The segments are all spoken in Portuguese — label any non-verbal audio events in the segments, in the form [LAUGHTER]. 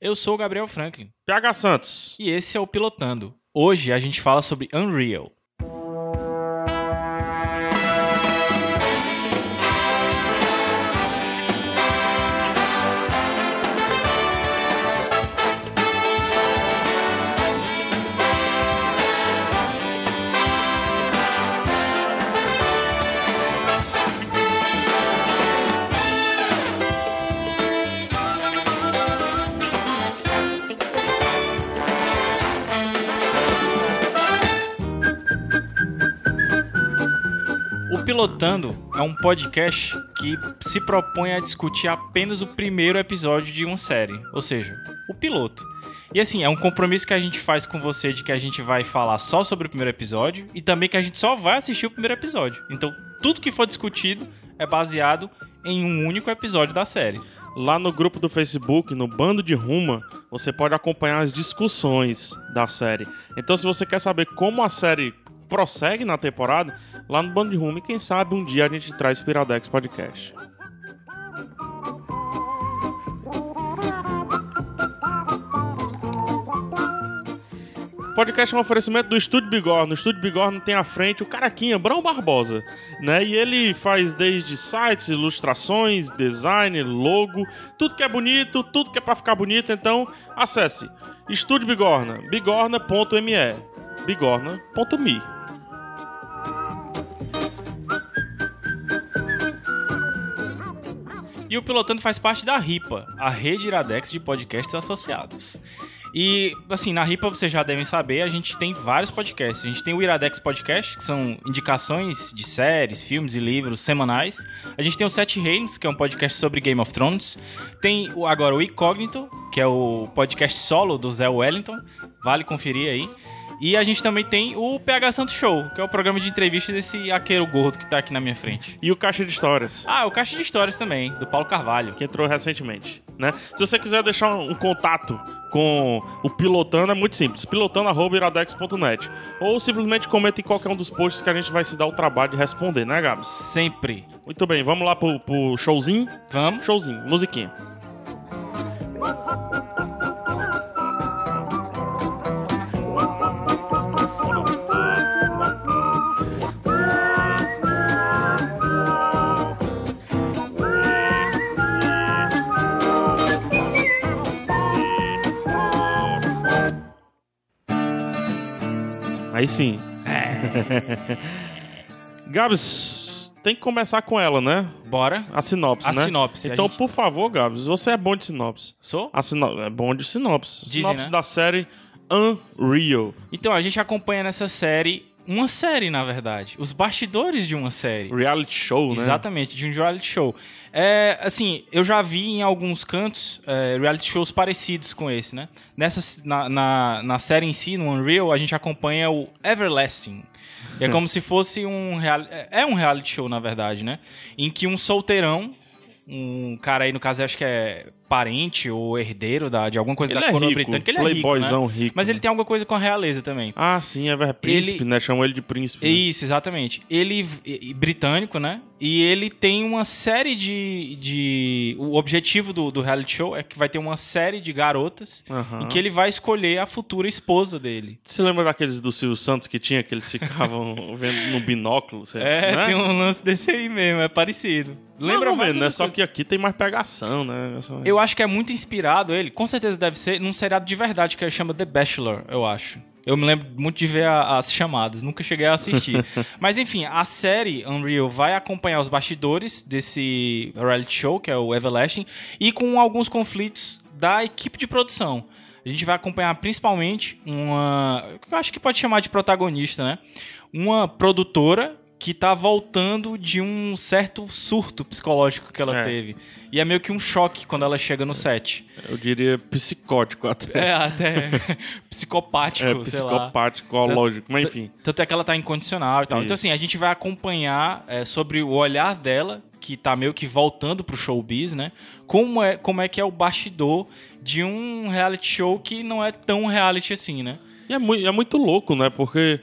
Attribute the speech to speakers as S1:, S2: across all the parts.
S1: Eu sou o Gabriel Franklin
S2: PH Santos.
S1: e esse é o Pilotando. Hoje a gente fala sobre Unreal. O Pilotando é um podcast que se propõe a discutir apenas o primeiro episódio de uma série, ou seja, o piloto. E assim, é um compromisso que a gente faz com você de que a gente vai falar só sobre o primeiro episódio e também que a gente só vai assistir o primeiro episódio. Então, tudo que for discutido é baseado em um único episódio da série.
S2: Lá no grupo do Facebook, no Bando de Ruma, você pode acompanhar as discussões da série. Então, se você quer saber como a série prossegue na temporada, lá no Bando de Ruma, e quem sabe um dia a gente traz o Piradex Podcast. O podcast é um oferecimento do Estúdio Bigorna. O Estúdio Bigorna tem à frente o caraquinha Brão Barbosa, né? E ele faz desde sites, ilustrações, design, logo, tudo que é bonito, tudo que é pra ficar bonito. Então, acesse Estúdio Bigorna, bigorna.me, bigorna.me.
S1: E o Pilotando faz parte da RIPA, a Rede Iradex de Podcasts Associados. E, assim, na RIPA, vocês já devem saber, a gente tem vários podcasts. A gente tem o Iradex Podcast, que são indicações de séries, filmes e livros semanais. A gente tem o Sete Reinos, que é um podcast sobre Game of Thrones. Tem o- agora o Incógnito, que é o podcast solo do Zé Wellington. Vale conferir aí. E a gente também tem o PH Santos Show, que é o programa de entrevista desse aqueiro gordo que tá aqui na minha frente.
S2: E o Caixa de Histórias.
S1: Ah, o Caixa de Histórias também, do Paulo Carvalho.
S2: que entrou recentemente, né? Se você quiser deixar um contato com o Pilotando, é muito simples, pilotando.iradex.net ou simplesmente comenta em qualquer um dos posts que a gente vai se dar o trabalho de responder, né, Gabs?
S1: Sempre.
S2: Muito bem, vamos lá pro, pro showzinho?
S1: Vamos?
S2: Showzinho, musiquinha. Aí sim. [LAUGHS] Gabs, tem que começar com ela, né?
S1: Bora?
S2: A sinopse,
S1: A
S2: né?
S1: sinopse, a
S2: Então,
S1: gente-
S2: por favor, Gabs, você é bom de sinopse.
S1: Sou?
S2: A sino... É bom de sinopse.
S1: Dizem,
S2: sinopse
S1: né?
S2: da série Unreal.
S1: Então, a gente acompanha nessa série, uma série, na verdade. Os bastidores de uma série.
S2: Reality show, né?
S1: Exatamente, de um reality show. É, assim, eu já vi em alguns cantos é, reality shows parecidos com esse, né? Nessa, na, na, na série em si, no Unreal, a gente acompanha o Everlasting. É como se fosse um real, é um reality show, na verdade, né? Em que um solteirão, um cara aí, no caso, acho que é parente ou herdeiro da, de alguma coisa
S2: Ele
S1: da
S2: é
S1: coroa
S2: rico,
S1: britânica, ele é rico, né?
S2: playboyzão rico.
S1: Mas ele tem alguma coisa com a realeza também.
S2: Ah, sim, é verdade. Príncipe,
S1: Ele-
S2: né? Chamam ele de príncipe. né?
S1: Isso, exatamente. Ele e- e- britânico, né? E ele tem uma série de. de o objetivo do, do reality show é que vai ter uma série de garotas
S2: Aham.
S1: em que ele vai escolher a futura esposa dele.
S2: Você lembra daqueles do Silvio Santos que tinha, que eles ficavam [LAUGHS] vendo no binóculo? Você...
S1: É, [LAUGHS]
S2: né?
S1: tem um lance desse aí mesmo, é parecido. Lembra
S2: Lembra,
S1: várias
S2: vendo, né?
S1: outras
S2: Só
S1: coisas.
S2: que aqui tem mais pegação, né? Essa-
S1: Eu acho que é muito inspirado ele, com certeza deve ser, num seriado de verdade que chama The Bachelor, eu acho. Eu me lembro muito de ver a- as chamadas, nunca cheguei a assistir. Mas enfim, a série Unreal vai acompanhar os bastidores desse reality show, que é o Everlasting, e com alguns conflitos da equipe de produção. A gente vai acompanhar principalmente uma. Eu acho que pode chamar de protagonista, né? Uma produtora que tá voltando de um certo surto psicológico que ela
S2: É.
S1: teve. E é meio que um choque quando ela chega no set.
S2: Eu diria psicótico até. É,
S1: É, [LAUGHS] até psicopático, sei lá. Tá-
S2: psicopático, lógico, mas enfim.
S1: Tanto é que ela tá incondicional e tal. Então,
S2: Isso.
S1: assim, a gente vai acompanhar é, sobre o olhar dela, que tá meio que voltando pro showbiz, né? Como é, como é que é o bastidor de um reality show que não é tão reality assim, né?
S2: E é, mui- é muito louco, né? Porque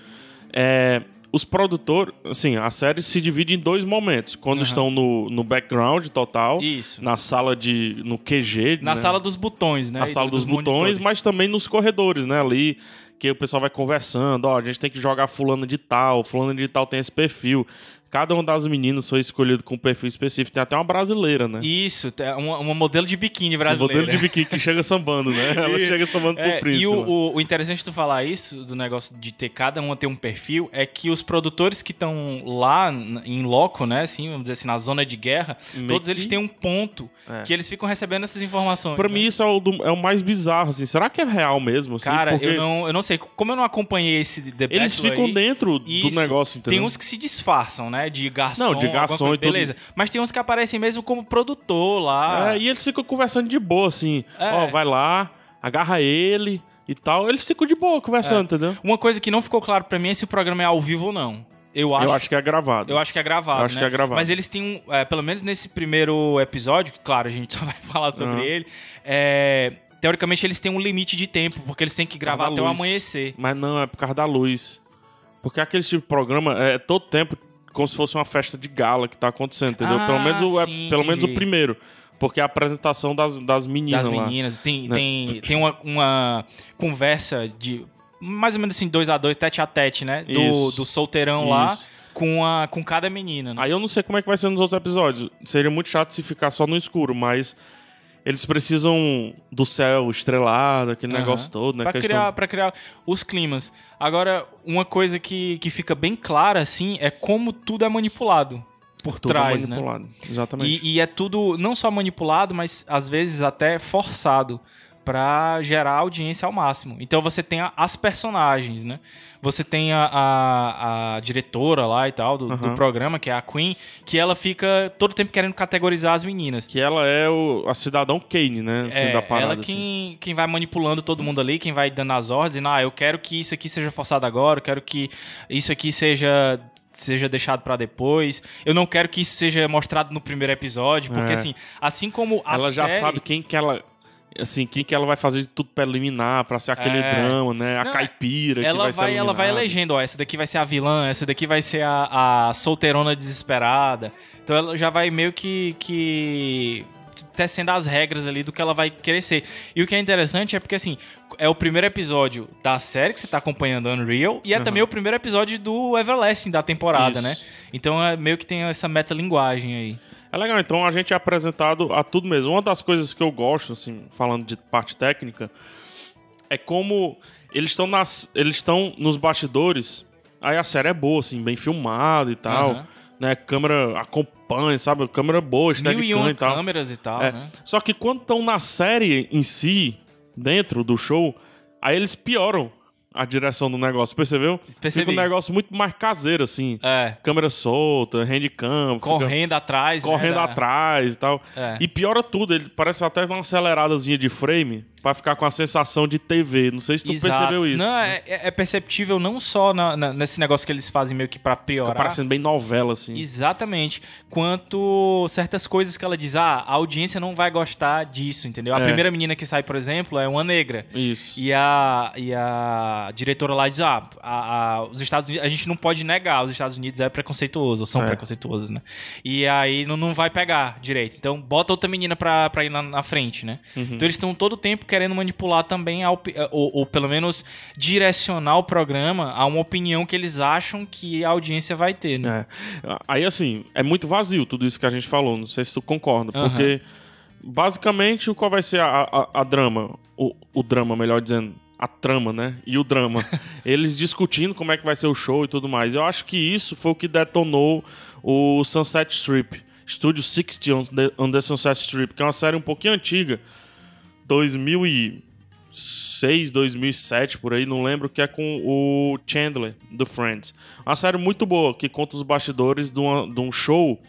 S2: é, os produtores, assim, a série se divide em dois momentos. Quando
S1: Aham.
S2: estão no, no background total,
S1: Isso.
S2: na sala de. no QG.
S1: Na
S2: né?
S1: sala dos botões, né?
S2: na
S1: E
S2: sala dos, botões,
S1: monitores.
S2: mas tá, também nos corredores, né? Ali que o pessoal vai conversando, ó, a gente tem que jogar fulano de tal, fulano de tal tem esse perfil. Cada uma das meninas foi escolhido com um perfil específico, tem até uma brasileira, né?
S1: Isso, é uma, uma modelo de biquíni
S2: O
S1: brasileira.
S2: modelo de biquíni que chega sambando, né? Ela
S1: E-
S2: chega sambando
S1: É,
S2: pro príncipe.
S1: e o,
S2: né?
S1: o- o interessante de tu falar isso, do negócio de ter cada uma ter um perfil, é que os produtores que estão lá n- em loco, né, assim, vamos dizer assim, na zona de guerra,
S2: Meio
S1: todos eles
S2: que-
S1: têm um ponto
S2: É.
S1: que eles ficam recebendo essas informações.
S2: Pra
S1: né?
S2: mim isso é o, do- é o mais bizarro, assim. Será que é real mesmo? assim?
S1: Cara,
S2: Porque
S1: eu, não, eu não sei, como eu não acompanhei esse The
S2: eles
S1: Bachelor
S2: ficam
S1: aí,
S2: dentro do
S1: Isso.
S2: negócio, entendeu?
S1: Tem uns que se disfarçam, né? De garçom.
S2: Não, de
S1: alguma
S2: garçom
S1: coisa,
S2: e tudo.
S1: Beleza. Mas tem uns que aparecem mesmo como produtor lá.
S2: É, e eles ficam conversando de boa, assim.
S1: É.
S2: Ó, vai lá, agarra ele e tal. Eles ficam de boa
S1: É.
S2: conversando, entendeu?
S1: Uma coisa que não ficou claro pra mim é se o programa é ao vivo ou não. Eu acho,
S2: eu acho que é gravado.
S1: eu acho que é gravado.
S2: Eu acho
S1: né?
S2: que é gravado.
S1: Mas eles têm um. é, pelo menos nesse primeiro episódio, que claro, a gente [LAUGHS] só vai falar sobre
S2: Aham.
S1: ele. é, teoricamente, eles têm um limite de tempo, porque eles têm que gravar
S2: Cada
S1: até o
S2: luz.
S1: amanhecer.
S2: Mas não, é por causa da luz. Porque aquele tipo de programa é todo tempo como se fosse uma festa de gala que tá acontecendo, entendeu?
S1: Ah,
S2: pelo menos o, é-
S1: sim,
S2: pelo menos o
S1: entendi.
S2: primeiro. Porque é a apresentação das, das meninas
S1: das
S2: lá.
S1: meninas. Tem,
S2: Né?
S1: tem, tem uma, uma conversa de mais ou menos assim, dois a dois, tete a tete, né? Do,
S2: Isso.
S1: do solteirão lá
S2: Isso.
S1: com, a, com cada menina. né?
S2: Aí eu não sei como é que vai ser nos outros episódios. Seria muito chato se ficar só no escuro, mas eles precisam do céu estrelado, aquele
S1: Aham.
S2: negócio todo, né?
S1: Pra
S2: que eles
S1: criar, pra criar os climas. Agora, uma coisa que, que fica bem clara, assim, é como tudo é manipulado por
S2: tão- tudo é
S1: trás, né?
S2: manipulado. Exatamente.
S1: E, e é tudo não só manipulado, mas às vezes até forçado pra gerar audiência ao máximo. Então você tem a- as personagens, né? Você tem a, a- a diretora lá e tal do, do
S2: Aham.
S1: programa, que é a Queen, que ela fica todo tempo querendo categorizar as meninas.
S2: Que ela é o, a cidadão Kane, né? Assim,
S1: É,
S2: da parada, assim.
S1: ela quem, quem vai manipulando todo mundo ali, quem vai dando as ordens, ah, eu quero que isso aqui seja forçado agora, eu quero que isso aqui seja seja deixado pra depois. Eu não quero que isso seja mostrado no primeiro episódio, porque
S2: É.
S1: assim, assim como a
S2: ela já
S1: série-
S2: sabe quem que ela assim quem que ela vai fazer de tudo pra eliminar pra ser aquele
S1: É.
S2: drama né a
S1: Não,
S2: caipira
S1: ela
S2: que vai,
S1: vai,
S2: ser
S1: ela vai
S2: eliminada.
S1: elegendo, ó, essa daqui vai ser a vilã, essa daqui vai ser a, a solteirona desesperada. Então ela já vai meio que, que tecendo as regras ali do que ela vai querer ser. E o que é interessante é porque, assim, é o primeiro episódio da série que você tá acompanhando, Unreal, e é
S2: Aham.
S1: também o primeiro episódio do Everlasting da temporada,
S2: Isso.
S1: né? Então é meio que tem essa metalinguagem aí.
S2: é legal então a gente é apresentado a tudo mesmo uma das coisas que eu gosto assim falando de parte técnica é como eles estão nas eles estão nos bastidores aí a série é boa assim bem filmada e tal
S1: Aham.
S2: né câmera acompanha sabe câmera
S1: Mil
S2: boa
S1: e
S2: steadicam
S1: uma
S2: e tal
S1: câmeras e tal,
S2: É.
S1: né?
S2: Só que quando estão na série em si, dentro do show, aí eles pioram a direção do negócio, percebeu?
S1: Percebi.
S2: Fica um negócio muito mais caseiro, assim.
S1: É.
S2: Câmera solta, handcam, fica
S1: Correndo atrás, né,
S2: É correndo
S1: da-
S2: atrás e tal.
S1: É.
S2: E piora tudo, ele parece até uma aceleradazinha de frame pra ficar com a sensação de TV. Não sei se tu
S1: Exato.
S2: percebeu isso. né?
S1: Não, é, é- é perceptível não só na- na- nesse negócio que eles fazem meio que pra
S2: Fica
S1: piorar.
S2: parecendo bem novela, assim.
S1: Exatamente. Quanto certas coisas que ela diz, ah, a audiência não vai gostar disso, entendeu? A
S2: É.
S1: primeira menina que sai, por exemplo, é uma negra.
S2: Isso.
S1: E a, e a diretora lá diz: Ah, a- a- os Estados Unidos, a gente não pode negar, os Estados Unidos é preconceituoso, ou são
S2: É.
S1: preconceituosos, né? E aí não, não vai pegar direito. Então bota outra menina pra, pra ir na, na frente, né?
S2: Uhum.
S1: Então eles estão todo o tempo querendo manipular também, a opi- eh, ou, ou pelo menos direcionar o programa a uma opinião que eles acham que a audiência vai ter, né?
S2: É. Aí, assim, é muito vazio tudo isso que a gente falou. Não sei se tu concorda.
S1: Aham.
S2: Porque, basicamente, qual vai ser a, a- a drama? O, o drama, melhor dizendo. A trama, né? E o drama. Eles discutindo como é que vai ser o show e tudo mais. Eu acho que isso foi o que detonou o Sunset Strip. Estúdio 60 on the, on the Sunset Strip, que é uma série um pouquinho antiga. 2006, 2007, por aí, não lembro, que é com o Chandler, do Friends. Uma série muito boa, que conta os bastidores de, uma- de um show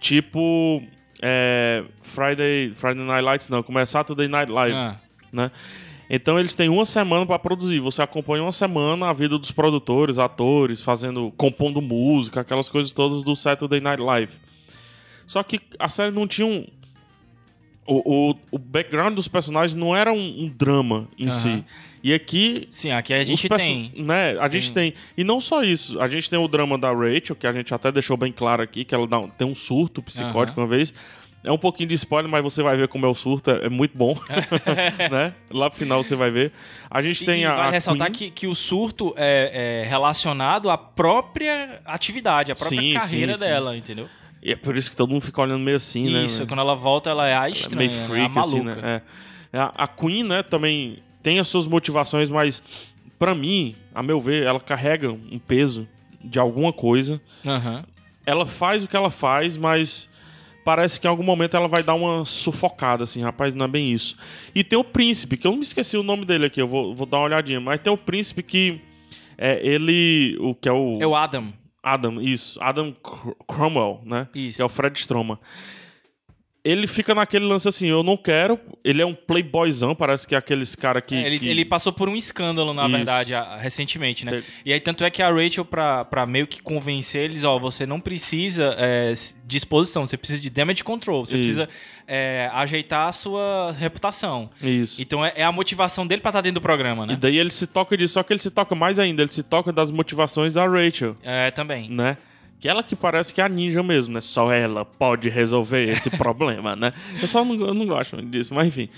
S2: tipo é, Friday, Friday Night Lights, não, como é Saturday Night Live,
S1: Ah.
S2: né? Então eles têm uma semana pra produzir. Você acompanha uma semana a vida dos produtores, atores, fazendo, compondo música, aquelas coisas todas do Saturday Night Live. Só que a série não tinha um, O, o, o background dos personagens não era um, um drama em
S1: Aham.
S2: si. E aqui
S1: Sim, aqui a gente
S2: os perso-
S1: tem.
S2: Né? A gente tem. E não só isso. A gente tem o drama da Rachel, que a gente até deixou bem claro aqui, que ela dá um- tem um surto psicótico uma vez. É um pouquinho de spoiler, mas você vai ver como é o surto. É é muito
S1: [LAUGHS]
S2: bom. né? Lá pro final você vai ver. A gente tem
S1: e
S2: a.
S1: vale
S2: a
S1: ressaltar
S2: Queen.
S1: que, que o surto é, é relacionado à própria atividade, à própria
S2: Sim,
S1: carreira
S2: sim, sim.
S1: dela, entendeu?
S2: E é por isso que todo mundo fica olhando meio assim, né?
S1: Isso,
S2: velho?
S1: quando ela volta, ela é a
S2: Ela
S1: estranha,
S2: é meio
S1: né?
S2: freak,
S1: a maluca.
S2: assim, né? É. A, a Queen, né, também tem as suas motivações, mas pra mim, a meu ver, ela carrega um peso de alguma coisa.
S1: Aham.
S2: ela faz o que ela faz, mas parece que em algum momento ela vai dar uma sufocada, assim, rapaz, não é bem isso. E tem o príncipe, que eu não me esqueci o nome dele aqui, eu vou, vou dar uma olhadinha, mas tem o príncipe que é ele, o que é o
S1: É o Adam.
S2: Adam, isso, Adam Cr- Cromwell, né?
S1: Isso.
S2: Que é o Fred Stroma. Ele fica naquele lance assim, eu não quero. Ele é um playboyzão, parece que é aqueles cara que.
S1: É, ele,
S2: que-
S1: ele passou por um escândalo, na
S2: Isso.
S1: verdade, a- recentemente, né?
S2: Teve.
S1: E aí, tanto é que a Rachel, pra, pra meio que convencer eles, ó, você não precisa é, s- de exposição, você precisa de damage control, você
S2: Isso.
S1: precisa é, ajeitar a sua reputação.
S2: Isso.
S1: Então é, é a motivação dele pra estar dentro do programa,
S2: E
S1: né?
S2: daí ele se toca disso, só que ele se toca mais ainda, ele se toca das motivações da Rachel.
S1: É, também.
S2: né? Que ela que parece que é a ninja mesmo, né? Só ela pode resolver
S1: [LAUGHS]
S2: esse problema, né? Eu só não, eu não gosto muito disso, mas enfim.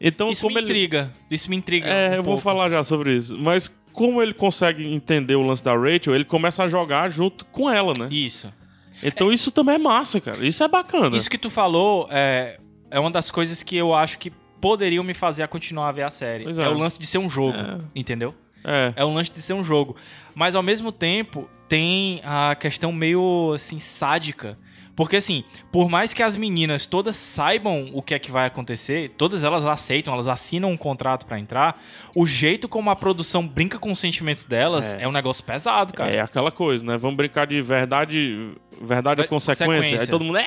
S2: Então,
S1: Isso
S2: como
S1: me
S2: ele.
S1: intriga. Isso me intriga.
S2: É,
S1: um
S2: eu vou
S1: pouco.
S2: falar já sobre isso. Mas como ele consegue entender o lance da Rachel, ele começa a jogar junto com ela, né?
S1: Isso.
S2: Então isso também é massa, cara. Isso é bacana.
S1: Isso que tu falou é, é uma das coisas que eu acho que poderiam me fazer a continuar a ver a série.
S2: Pois
S1: é.
S2: é.
S1: o lance de ser um jogo,
S2: É.
S1: entendeu?
S2: É.
S1: É o lance de ser um jogo. Mas ao mesmo tempo, tem a questão meio assim, sádica. Porque assim, por mais que as meninas todas saibam o que é que vai acontecer, todas elas aceitam, elas assinam um contrato pra entrar, o jeito como a produção brinca com os sentimentos delas é,
S2: É.
S1: um negócio pesado, cara.
S2: É aquela coisa, né? Vamos brincar de verdade, verdade
S1: Ve-
S2: e consequência.
S1: consequência.
S2: Aí todo mundo, é,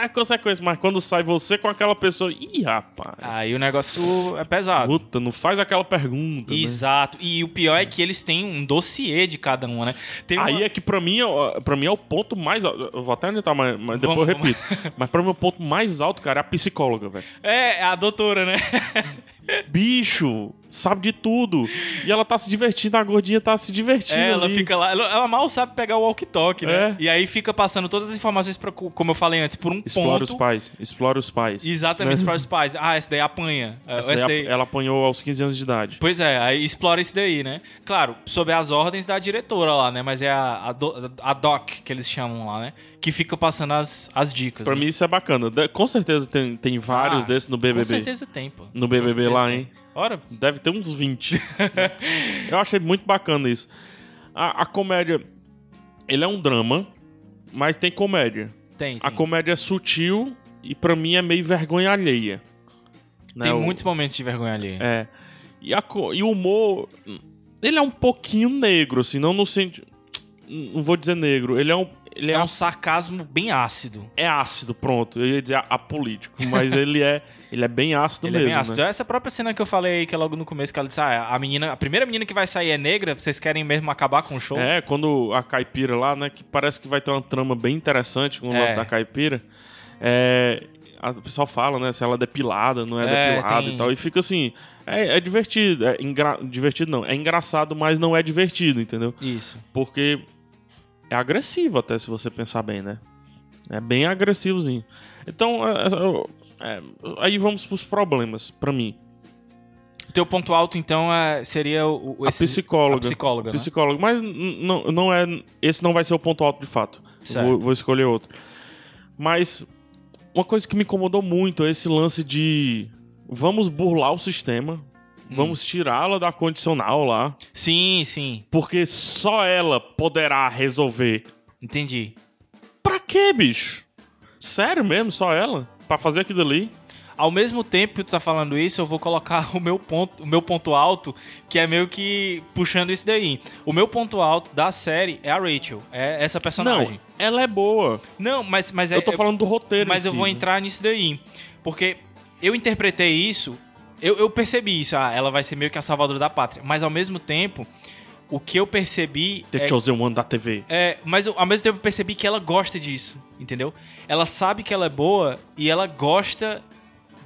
S2: é, é consequência. Mas quando sai você com aquela pessoa, ih, rapaz.
S1: Aí o negócio é pesado.
S2: Puta, não faz aquela pergunta. né?
S1: Exato. E o pior é que eles têm um dossiê de cada uma, né? Tem uma-
S2: Aí é que pra mim, ó, pra mim é o ponto mais alto. Eu vou até anotar, mas, mas depois
S1: Vamos-
S2: eu repito.
S1: [LAUGHS]
S2: Mas pra mim o ponto mais alto, cara, é a psicóloga, velho.
S1: é, a doutora, né?
S2: Bicho, sabe de tudo. E ela tá se divertindo, a gordinha tá se divertindo.
S1: É, ela
S2: ali.
S1: fica lá, ela, ela mal sabe pegar o walk-talk, né?
S2: É.
S1: E aí fica passando todas as informações, pra, co- como eu falei antes, por um
S2: Explora
S1: ponto.
S2: os pais. Explora os pais. Né?
S1: Exatamente, para os pais. Ah, essa daí apanha. Ah,
S2: Essa
S1: essa
S2: daí é
S1: daí-
S2: ela apanhou aos 15 anos de idade.
S1: Pois é, aí explora isso daí, né? Claro, sob as ordens da diretora lá, né? Mas é a, a, do- a doc que eles chamam lá, né? Que fica passando as, as dicas.
S2: Pra
S1: né?
S2: mim isso é bacana. De- Com certeza tem, tem vários
S1: Ah,
S2: desses no
S1: Com
S2: BBB.
S1: certeza tem, pô.
S2: No BBB
S1: Com
S2: lá,
S1: certeza
S2: hein?
S1: tem. Ora,
S2: Deve ter uns 20.
S1: [LAUGHS]
S2: Eu achei muito bacana isso. A, a comédia. Ele é um drama, mas tem comédia.
S1: tem.
S2: A
S1: tem.
S2: comédia é sutil e pra mim é meio vergonha alheia. Né,
S1: Tem
S2: o-
S1: muitos momentos de vergonha ali.
S2: É. E, a co- e o humor. Ele é um pouquinho negro, assim, não no sentido. Não vou dizer negro. Ele é um. Ele é,
S1: É um
S2: ac-
S1: sarcasmo bem ácido.
S2: é ácido, pronto. Eu ia dizer apolítico, mas ele é. Ele é bem ácido
S1: Ele
S2: mesmo. né?
S1: é bem ácido. Essa própria cena que eu falei aí, que é logo no começo, que ela disse: Ah, a menina, a primeira menina que vai sair é negra, vocês querem mesmo acabar com o show?
S2: né? É, quando a caipira lá, né? Que parece que vai ter uma trama bem interessante com o
S1: É.
S2: lance da caipira. É. A, o pessoal fala, né? Se ela é depilada, não é,
S1: É,
S2: depilada
S1: tem-
S2: e tal. E fica assim. É, é divertido. É engra... Divertido não. É engraçado, mas não é divertido, entendeu?
S1: Isso.
S2: Porque é agressivo até, se você pensar bem, né? É bem agressivozinho. Então, é, é, é, aí vamos pros problemas, pra mim.
S1: O teu ponto alto, então, é- seria o, o-
S2: A
S1: esses-
S2: psicóloga.
S1: a psicóloga, né?
S2: Psicólogo, mas n- não, não é. Esse não vai ser o ponto alto de fato.
S1: Certo.
S2: Vou, vou escolher outro. Mas uma coisa que me incomodou muito é esse lance de vamos burlar o sistema,
S1: Hum.
S2: vamos tirá-la da condicional lá,
S1: Sim, sim.
S2: porque só ela poderá resolver.
S1: Entendi.
S2: Pra quê, bicho? Sério mesmo, só ela? Pra fazer aquilo ali?
S1: Ao mesmo tempo que tu tá falando isso, eu vou colocar [LAUGHS] o meu ponto, o meu ponto alto, que é meio que puxando isso daí. O meu ponto alto da série é a Rachel, é essa personagem.
S2: Não, ela é boa.
S1: Não, mas, mas é.
S2: eu tô falando do roteiro.
S1: Mas
S2: em
S1: eu
S2: si,
S1: vou
S2: né?
S1: entrar nisso daí. Porque eu interpretei isso, eu, eu percebi isso. Ah, ela vai ser meio que a salvadora da pátria. Mas ao mesmo tempo, o que eu percebi.
S2: The
S1: é-
S2: Chosen One da TV.
S1: é, mas eu- ao mesmo tempo eu percebi que ela gosta disso, entendeu? Ela sabe que ela é boa e ela gosta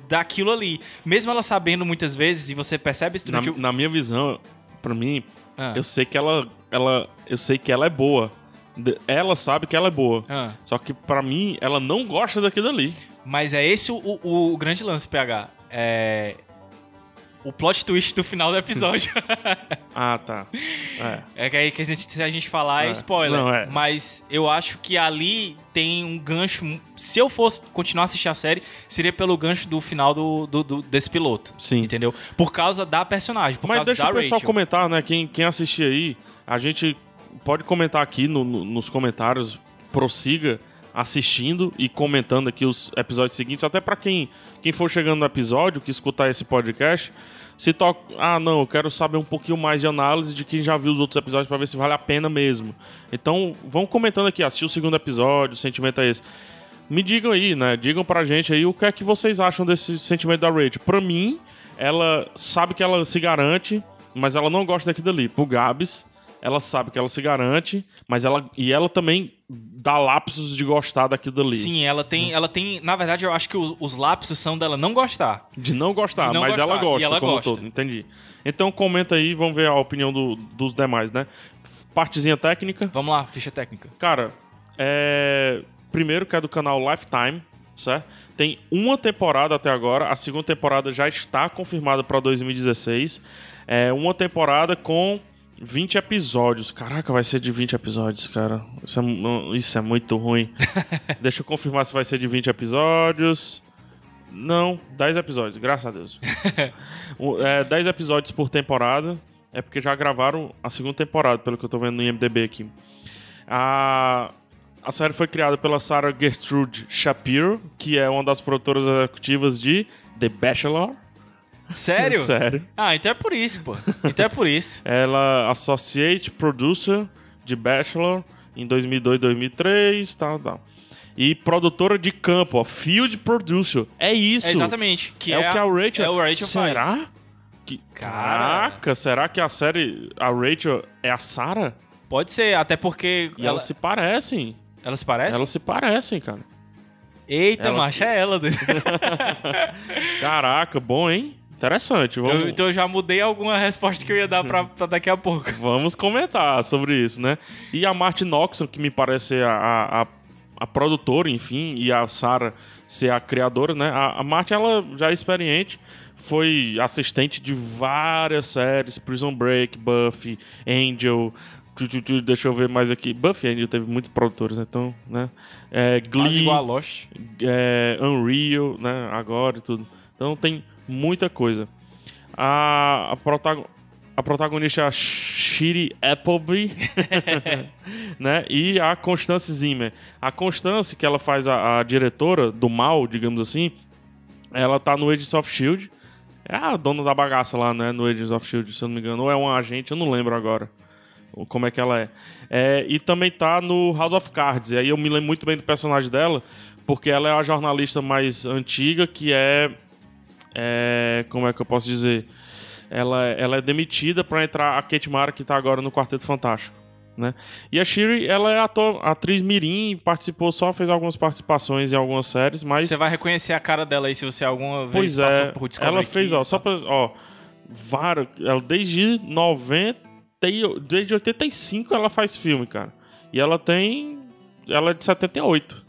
S1: daquilo ali. Mesmo ela sabendo muitas vezes, e você percebe isso
S2: Na,
S1: durante o-
S2: na minha visão, pra mim,
S1: Ah,
S2: eu sei que ela, ela. Eu sei que ela é boa. De- Ela sabe que ela é boa.
S1: ah.
S2: Só que pra mim, ela não gosta daquilo ali.
S1: Mas é esse o, o- o grande lance, PH. É. O plot twist do final do episódio.
S2: [LAUGHS] Ah, tá. É.
S1: É que aí que a gente, se a gente falar é,
S2: É.
S1: spoiler.
S2: Não, é.
S1: Mas eu acho que ali tem um gancho. Se eu fosse continuar a assistir a série, seria pelo gancho do final do, do- do- desse piloto.
S2: Sim.
S1: Entendeu? Por causa da personagem, por
S2: Mas
S1: causa
S2: deixa
S1: da
S2: o pessoal
S1: Rachel.
S2: comentar, né? Quem, quem assistir aí, a gente pode comentar aqui no- no- nos comentários. Prossiga assistindo e comentando aqui os episódios seguintes. Até pra quem, quem for chegando no episódio, que escutar esse podcast, se toca. Ah, não, eu quero saber um pouquinho mais de análise de quem já viu os outros episódios pra ver se vale a pena mesmo. Então, vão comentando aqui, assistiu o segundo episódio, o sentimento é esse. Me digam aí, né? Digam pra gente aí o que é que vocês acham desse sentimento da Rachel. Pra mim, ela sabe que ela se garante, mas ela não gosta daquilo ali. Pro Gabs, ela sabe que ela se garante, mas ela. E ela também dá lapsos de gostar daquilo ali. Hum.
S1: Sim, ela tem, ela tem. Na verdade, eu acho que o- os lapsos são dela não gostar.
S2: De não gostar,
S1: De não
S2: mas
S1: gostar,
S2: ela gosta
S1: e ela
S2: como
S1: gosta.
S2: um todo. Entendi. Então comenta aí, vamos ver a opinião do- dos demais, né? Partezinha técnica.
S1: Vamos lá, ficha técnica.
S2: Cara, é. Primeiro que é do canal Lifetime, certo? Tem uma temporada até agora, a segunda temporada já está confirmada para 2016. É uma temporada com 20 episódios. Caraca, vai ser de 20 episódios, cara. Isso é, mu- isso é muito ruim. Deixa eu confirmar se vai ser de 20 episódios. Não, 10 episódios, graças a Deus. O- é, 10 episódios por temporada. É porque já gravaram a segunda temporada, pelo que eu tô vendo no IMDB aqui. A, a série foi criada pela Sarah Gertrude Shapiro, que é uma das produtoras executivas de The Bachelor. [LAUGHS]
S1: Sério?
S2: Sério.
S1: Ah, então é por isso, pô. Então é por
S2: [LAUGHS]
S1: isso.
S2: Ela é associate producer de Bachelor em 2002, 2003, tal, tal. E produtora de campo, ó, field producer. É isso.
S1: É exatamente. Que
S2: é, o que a Rachel,
S1: é o Rachel
S2: Será?
S1: faz.
S2: Que...
S1: Cara.
S2: Caraca, será que a série a Rachel é a Sarah?
S1: Pode ser, até porque
S2: E elas se parecem.
S1: elas se parecem?
S2: Elas se parecem, cara.
S1: Eita,
S2: Ela-
S1: macho, é ela.
S2: [LAUGHS] Caraca, bom, hein? Interessante. Vamos,
S1: Eu- então eu já mudei alguma resposta que eu ia dar
S2: [LAUGHS]
S1: pra, pra daqui a pouco.
S2: vamos comentar sobre isso, né? E a Martin Noxon, que me parece ser a, a, a- a produtora, enfim, e a Sarah ser a criadora, né? A, a Martin, ela já é experiente, foi assistente de várias séries, Prison Break, Buffy, Angel... tu, tu, tu, Deixa eu ver mais aqui. Buffy Angel teve muitos produtores, né? então, né? É,
S1: Quase
S2: Glee,
S1: igual a Lost.
S2: é, Unreal, né? Agora e tudo. Então tem muita coisa. A, a, protago- a protagonista é a Shiri Appleby, [LAUGHS] né? E a Constance Zimmer. A Constance, que ela faz a, a diretora do mal, digamos assim, ela tá no Agents of Shield. É a dona da bagaça lá, né? No Agents of Shield, se eu não me engano. Ou é uma agente, eu não lembro agora. Ou Como é que ela é. É, E também tá no House of Cards. E aí eu me lembro muito bem do personagem dela, porque ela é a jornalista mais antiga, que é. é, como é que eu posso dizer? Ela, ela é demitida pra entrar a Kate Mara, que tá agora no Quarteto Fantástico. Né? E a Shiri, ela é ator- atriz mirim, participou só, fez algumas participações em algumas séries, mas...
S1: Você vai reconhecer a cara dela aí se você alguma vez
S2: Pois
S1: passou
S2: é,
S1: por Discovery
S2: ela fez,
S1: Kids,
S2: ó,
S1: tá?
S2: só pra, ó, vários, ela desde 90, e- desde 85 ela faz filme, cara. E ela tem, ela é de 78.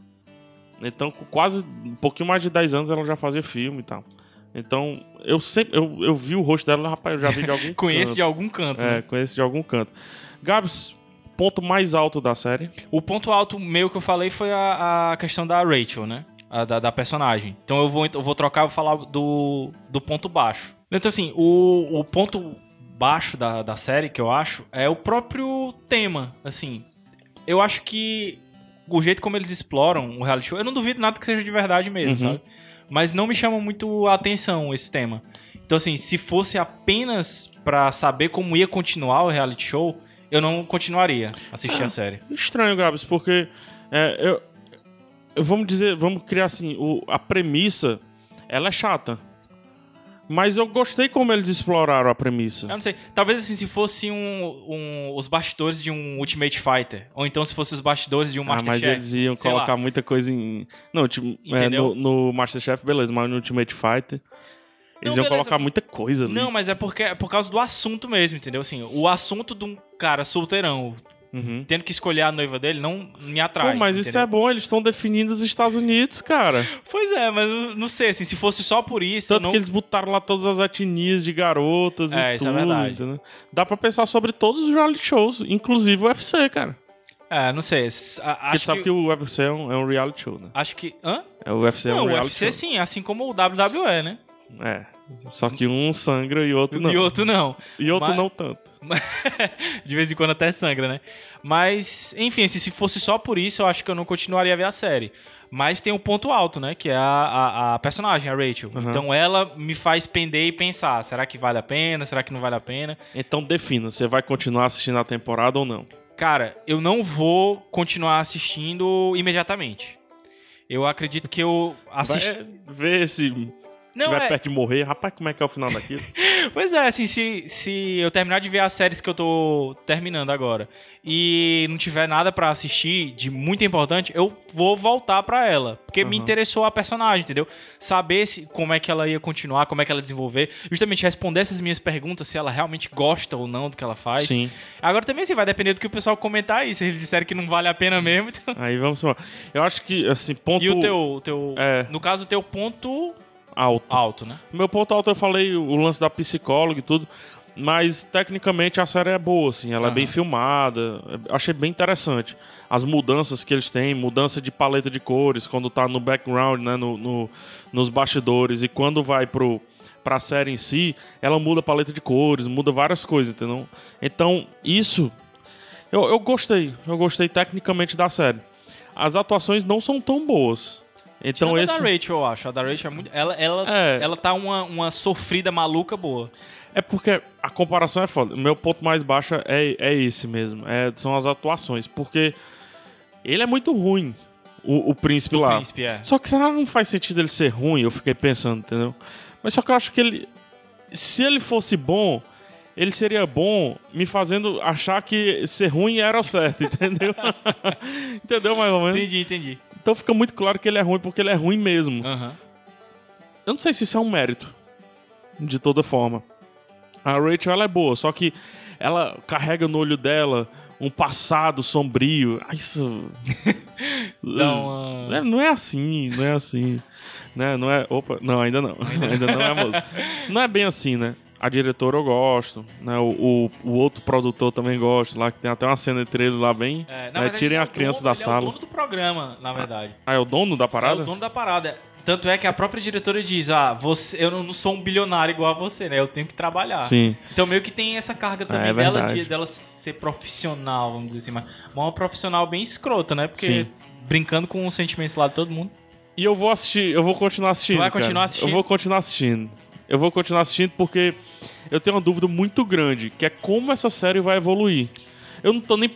S2: Então, com quase, um pouquinho mais de 10 anos ela já fazia filme e tal. Então, eu sempre, eu, eu vi o rosto dela, rapaz, eu já
S1: [LAUGHS]
S2: vi de algum
S1: Conheço
S2: canto.
S1: de algum canto.
S2: É, conheço de algum canto. Gabs, ponto mais alto da série.
S1: O ponto alto meio que eu falei foi a, a questão da Rachel, né? A da, da personagem. Então eu vou, eu vou trocar e falar do, do ponto baixo. Então, assim, o, o ponto baixo da, da série, que eu acho, é o próprio tema. Assim, eu acho que o jeito como eles exploram o reality show, eu não duvido nada que seja de verdade mesmo,
S2: Uhum.
S1: sabe? Mas não me chama muito a atenção esse tema. Então, assim, se fosse apenas pra saber como ia continuar o reality show, eu não continuaria assistir a série.
S2: Estranho, Gabs, porque é, eu, eu- vamos dizer, vamos criar assim, o- a premissa, ela é chata. Mas eu gostei como eles exploraram a premissa.
S1: Eu não sei. Talvez assim, se fosse um, um- os bastidores de um Ultimate Fighter. Ou então se fosse os bastidores de um
S2: Ah, mas
S1: Masterchef.
S2: eles iam
S1: sei
S2: colocar
S1: lá.
S2: muita coisa em. Não, tipo, é,
S1: Entendeu?
S2: no, no Masterchef, beleza, mas no Ultimate Fighter. Eles
S1: Não,
S2: iam
S1: beleza.
S2: colocar muita coisa ali.
S1: Não, mas é porque é por causa do assunto mesmo, entendeu? Assim, o assunto de um cara solteirão
S2: Uhum.
S1: tendo que escolher a noiva dele não me
S2: Pô,
S1: atrai.
S2: mas isso é
S1: entendeu?
S2: bom, eles estão definindo os Estados Unidos, cara.
S1: Pois é, mas eu não sei, assim, se fosse só por isso, eu
S2: Tanto
S1: não...
S2: que eles botaram lá todas as etnias de garotas
S1: É,
S2: e
S1: isso
S2: tudo.
S1: é verdade.
S2: entendeu? Dá pra pensar sobre todos os reality shows, inclusive o UFC, cara.
S1: É, não sei. s- a-
S2: Porque
S1: Acho
S2: sabe
S1: que...
S2: que... o UFC é um, é um reality show, né?
S1: Acho que... Hã?
S2: É, o UFC é
S1: não,
S2: um
S1: o
S2: reality
S1: UFC
S2: show.
S1: sim, assim como o WWE, né?
S2: É. Só que um sangra e outro não.
S1: E outro não.
S2: E outro
S1: Mas-
S2: não tanto.
S1: De vez em quando até sangra, né? Mas, enfim, assim, se fosse só por isso, eu acho que eu não continuaria a ver a série. Mas tem um ponto alto, né? Que é a, a, a personagem, a Rachel.
S2: Uhum.
S1: Então ela me faz pender e pensar: será que vale a pena? Será que não vale a pena?
S2: Então defina, você vai continuar assistindo a temporada ou não?
S1: Cara, eu não vou continuar assistindo imediatamente. Eu acredito que eu assisti.
S2: Vai ver se
S1: não,
S2: tiver
S1: é,
S2: perto de morrer. Rapaz, como é que é o final daquilo?
S1: Pois é, assim, se, se eu terminar de ver as séries que eu tô terminando agora e não tiver nada pra assistir de muito importante, eu vou voltar pra ela. Porque me
S2: Aham.
S1: interessou a personagem, entendeu? Saber se, como é que ela ia continuar, como é que ela ia desenvolver. Justamente responder essas minhas perguntas, se ela realmente gosta ou não do que ela faz.
S2: Sim.
S1: Agora também, assim, vai depender do que o pessoal comentar aí. Se eles disserem que não vale a pena mesmo, então...
S2: Aí vamos lá. Eu acho que, assim, ponto
S1: E o teu... o teu
S2: É.
S1: No caso, o teu ponto
S2: alto.
S1: alto, né?
S2: Meu ponto alto eu falei o lance da psicóloga e tudo, mas tecnicamente a série é boa, assim, ela é
S1: Aham.
S2: bem filmada, eu achei bem interessante. As mudanças que eles têm, mudança de paleta de cores, quando tá no background, né, no, no- nos bastidores, e quando vai pro, pra série em si, ela muda a paleta de cores, muda várias coisas, entendeu? Então, isso, eu, eu gostei, eu gostei tecnicamente da série. As atuações não são tão boas. Então
S1: Tirando
S2: esse...
S1: a da Rachel, eu acho. A da Rachel é muito. Ela, ela,
S2: É.
S1: ela tá uma, uma sofrida maluca boa.
S2: É porque a comparação é foda. O meu ponto mais baixo é, é esse mesmo. É- são as atuações. Porque ele é muito ruim, o, o príncipe
S1: Do
S2: lá.
S1: príncipe, é.
S2: Só que será que não faz sentido ele ser ruim? Eu fiquei pensando, entendeu? Mas só que eu acho que ele. Se ele fosse bom, ele seria bom me fazendo achar que ser ruim era o certo, [LAUGHS] entendeu? entendeu mais ou menos?
S1: Entendi, entendi.
S2: Então fica muito claro que ele é ruim porque ele é ruim mesmo.
S1: Aham.
S2: Eu não sei se isso é um mérito. De toda forma. A Rachel, ela é boa, só que ela carrega no olho dela um passado sombrio. Ah, isso.
S1: [LAUGHS] Dá uma-
S2: É, não é assim, não é assim. né? Não é. Opa, não, ainda não. ainda não é moço. Não é bem assim, né? A diretora eu gosto, né? O, o, o outro produtor também gosto lá, que tem até uma cena entre eles lá bem.
S1: É, na
S2: né?
S1: verdade,
S2: Tirem
S1: ele é
S2: a
S1: o
S2: criança
S1: dono-
S2: da
S1: ele É o
S2: sala.
S1: dono do programa, na verdade.
S2: Ah, é o dono da parada?
S1: É o dono da parada. Tanto é que a própria diretora diz: Ah, você, eu não sou um bilionário igual a você, né? Eu tenho que trabalhar.
S2: Sim.
S1: Então meio que tem essa carga também
S2: É, é
S1: dela,
S2: verdade.
S1: de, dela ser profissional, vamos dizer assim. Mas mas uma profissional bem escrota, né? Porque
S2: Sim.
S1: brincando com os sentimentos lá de todo mundo.
S2: E eu vou assistir, eu vou continuar assistindo.
S1: Tu vai
S2: cara.
S1: continuar assistindo?
S2: Eu vou continuar assistindo. Eu vou continuar assistindo porque eu tenho uma dúvida muito grande, que é como essa série vai evoluir. Eu não tô nem.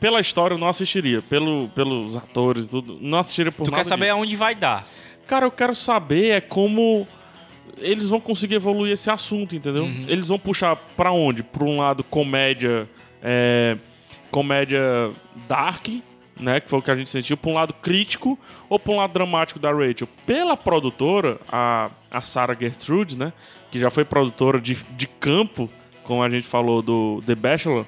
S2: Pela história eu não assistiria, pelo, pelos atores, tudo. Não assistiria por
S1: tu
S2: nada.
S1: quer saber
S2: disso.
S1: aonde vai dar.
S2: Cara, eu quero saber é como eles vão conseguir evoluir esse assunto, entendeu? Eles vão puxar pra onde? Pra um lado comédia, é, comédia dark, né, que foi o que a gente sentiu, pra um lado crítico ou pra um lado dramático da Rachel. Pela produtora, a, a Sarah Gertrude, né, que já foi produtora de, de campo, como a gente falou do The Bachelor,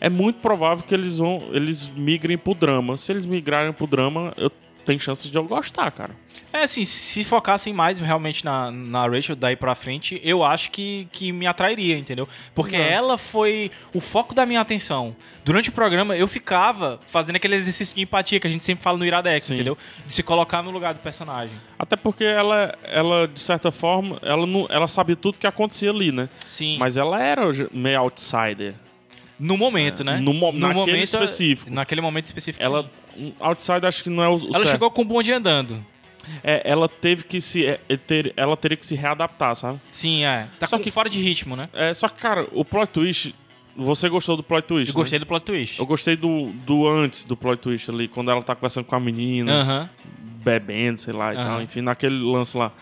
S2: é muito provável que eles vão eles migrem pro drama. Se eles migrarem pro drama, eu tenho chances de eu gostar, cara.
S1: É assim, se focassem mais realmente na, na Rachel daí pra frente, eu acho que, que me atrairia, entendeu? Porque ela foi o foco da minha atenção. Durante o programa, eu ficava fazendo aquele exercício de empatia que a gente sempre fala no Iradex,
S2: Sim.
S1: entendeu? De se colocar no lugar do personagem.
S2: Até porque ela, ela de certa forma, ela, não, ela sabe tudo que acontecia ali, né?
S1: Sim.
S2: Mas ela era j- meio outsider.
S1: no momento, né?
S2: é, no mo- naquele específico.
S1: Naquele momento específico.
S2: Ela,
S1: sim.
S2: um outsider acho que não é o, o
S1: ela
S2: certo.
S1: chegou com o bonde andando.
S2: É, ela teve que se... é, é, ter- ela teria que se readaptar, sabe?
S1: Sim, é. Tá
S2: Só
S1: com,
S2: que-
S1: fora de ritmo, né?
S2: É, só que, cara, o plot twist... Você gostou do plot twist,
S1: Eu
S2: né?
S1: gostei do plot twist.
S2: Eu gostei do, do antes do plot twist ali, quando ela tá conversando com a menina.
S1: Aham.
S2: bebendo, sei lá e
S1: Ah. Aham.
S2: tal, enfim, naquele lance lá.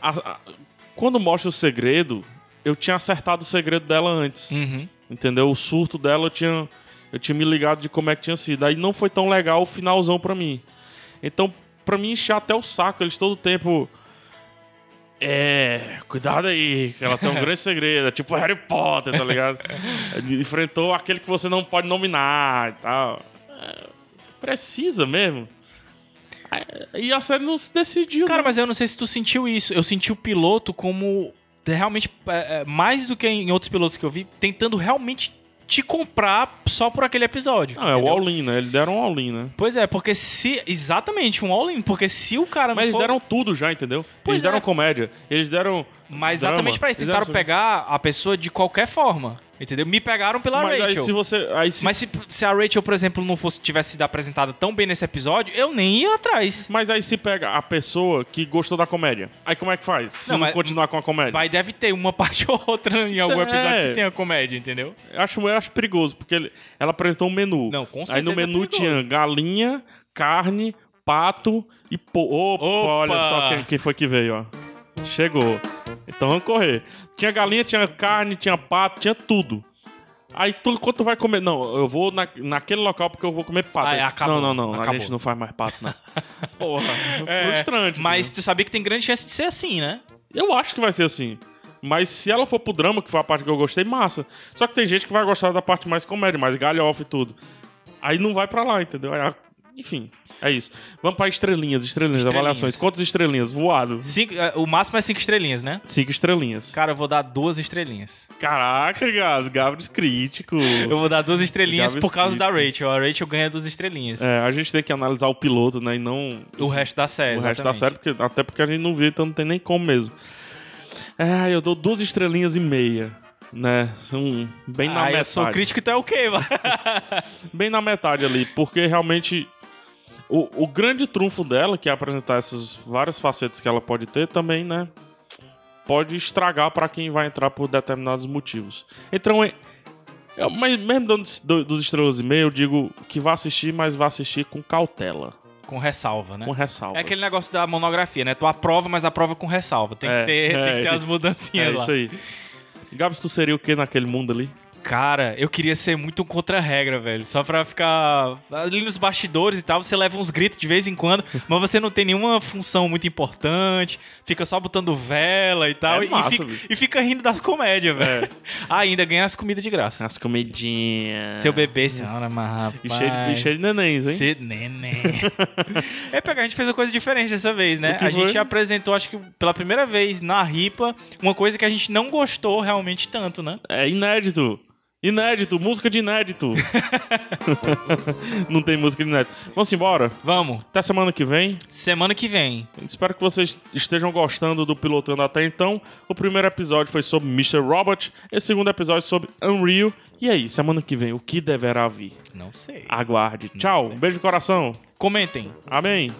S2: A- a- Quando mostra o segredo, eu tinha acertado o segredo dela antes.
S1: Uhum.
S2: Entendeu? O surto dela eu tinha, eu tinha me ligado de como é que tinha sido. Aí não foi tão legal o finalzão pra mim. Então, pra mim, encher até o saco, eles todo tempo. É, cuidado aí, que ela tem um
S1: [LAUGHS]
S2: grande segredo. É tipo Harry Potter, tá ligado? Ele Enfrentou aquele que você não pode nominar e tal. É, Precisa mesmo. É, E a série não se decidiu.
S1: Cara,
S2: né?
S1: mas eu não sei se tu sentiu isso. Eu senti o piloto como realmente, é, é, mais do que em outros pilotos que eu vi, tentando realmente te comprar só por aquele episódio.
S2: Não, é o
S1: entendeu?
S2: all-in, né? Eles deram um all-in, né?
S1: Pois é, porque se. Exatamente, um all-in. Porque se o cara não
S2: Mas eles
S1: for-
S2: deram tudo já, entendeu?
S1: Pois
S2: eles deram
S1: é.
S2: comédia, eles deram.
S1: Mas
S2: um drama,
S1: exatamente pra isso.
S2: eles
S1: Tentaram
S2: deram-
S1: pegar a pessoa de qualquer forma. Entendeu? Me pegaram pela
S2: Mas
S1: Rachel.
S2: aí se você. Aí se- mas...
S1: Mas se, se a Rachel, por exemplo, não fosse tivesse sido apresentada tão bem nesse episódio, eu nem ia atrás.
S2: aí se pega a pessoa que gostou da comédia. Aí como é que faz? Se
S1: Não,
S2: não,
S1: mas-
S2: continuar com a comédia.
S1: Mas deve ter uma [LAUGHS] parte ou outra em algum
S2: É.
S1: episódio que tenha comédia, entendeu?
S2: Eu, acho, eu acho perigoso, porque ele- ela apresentou um menu.
S1: Não, com
S2: Aí no
S1: certeza é
S2: menu
S1: perigoso.
S2: tinha galinha, carne, pato e po... Opa,
S1: Opa!
S2: olha só quem, quem foi que veio, ó. Chegou. Então vamos correr. Tinha galinha, tinha carne, tinha pato, tinha tudo. Aí tu, quando tu vai comer. Não, eu vou na, naquele local porque eu vou comer pato.
S1: Ah, é, acabou,
S2: não, não, não. A
S1: acabou.
S2: gente não faz mais pato,
S1: [LAUGHS]
S2: não.
S1: Porra.
S2: Frustrante,
S1: É. Mas
S2: né?
S1: tu sabia que tem grande chance de ser assim, né?
S2: Eu acho que vai ser assim. Mas se ela for pro drama, que foi a parte que eu gostei, massa. Só que tem gente que vai gostar da parte mais comédia, mais galhofa e tudo. Aí não vai pra lá, entendeu? Aí, enfim, é isso. Vamos pra estrelinhas, estrelinhas,
S1: Estrelinhas.
S2: avaliações. Quantas estrelinhas? Voado.
S1: Cinco- eh, o máximo é cinco estrelinhas, né?
S2: Cinco estrelinhas.
S1: Cara, eu vou dar duas estrelinhas.
S2: Caraca, Gabs, Gabs crítico.
S1: Eu vou dar duas estrelinhas
S2: Gabi
S1: por causa da
S2: Escrito.
S1: Rachel. A Rachel ganha duas estrelinhas.
S2: É, a gente tem que analisar o piloto, né? E não
S1: O resto da série.
S2: o resto da
S1: exatamente.
S2: série, porque, até porque a gente não viu, então não tem nem como mesmo. É, eu dou duas estrelinhas e meia, né? São bem na
S1: Ah,
S2: metade.
S1: eu sou crítico, então é o quê, [LAUGHS] mano?
S2: bem na metade ali, porque realmente o, o grande trunfo dela, que é apresentar essas várias facetas que ela pode ter, também, né? Pode estragar pra quem vai entrar por determinados motivos. Então, é- eu, mas mesmo dando do- dos estrelas e meio, eu digo que vá assistir, mas vá assistir com cautela,
S1: Com ressalva, né?
S2: com ressalvas.
S1: É aquele negócio da monografia, né? Tu aprova, mas aprova com ressalva. Tem que
S2: É,
S1: ter, tem que
S2: é.
S1: ter as mudancinhas
S2: É
S1: lá.
S2: isso aí. Gabs, tu seria o que naquele mundo ali?
S1: Cara, eu queria ser muito um contra-regra, velho. Só pra ficar ali nos bastidores e tal, você leva uns gritos de vez em
S2: [LAUGHS]
S1: quando, mas você não tem nenhuma função muito importante, fica só botando vela e tal,
S2: É
S1: e,
S2: massa,
S1: fica,
S2: bicho. É.
S1: e fica rindo das comédias, velho. [LAUGHS] Ah, ainda ganha as comidas de graça.
S2: As comidinhas.
S1: Se eu bebesse, não, mas rapaz...
S2: é. E cheio, de- e cheio de nenéns, hein?
S1: Se-
S2: [LAUGHS]
S1: neném. é, pega, a gente fez uma coisa diferente dessa vez, né?
S2: O que
S1: A gente
S2: foi?
S1: apresentou, acho que pela primeira vez na Ripa, uma coisa que a gente não gostou realmente tanto, né?
S2: É inédito. Inédito, música de inédito. Não tem música de inédito. Vamos embora.
S1: Vamos,
S2: Até semana que vem.
S1: semana que vem.
S2: Espero que vocês estejam gostando do Pilotando até então. O primeiro episódio foi sobre Mr. Robot. Esse segundo episódio sobre Unreal. E aí, semana que vem, o que deverá vir?
S1: Não sei.
S2: Ah, Aguarde. Tchau.
S1: sei.
S2: Beijo no coração.
S1: Comentem.
S2: Amém.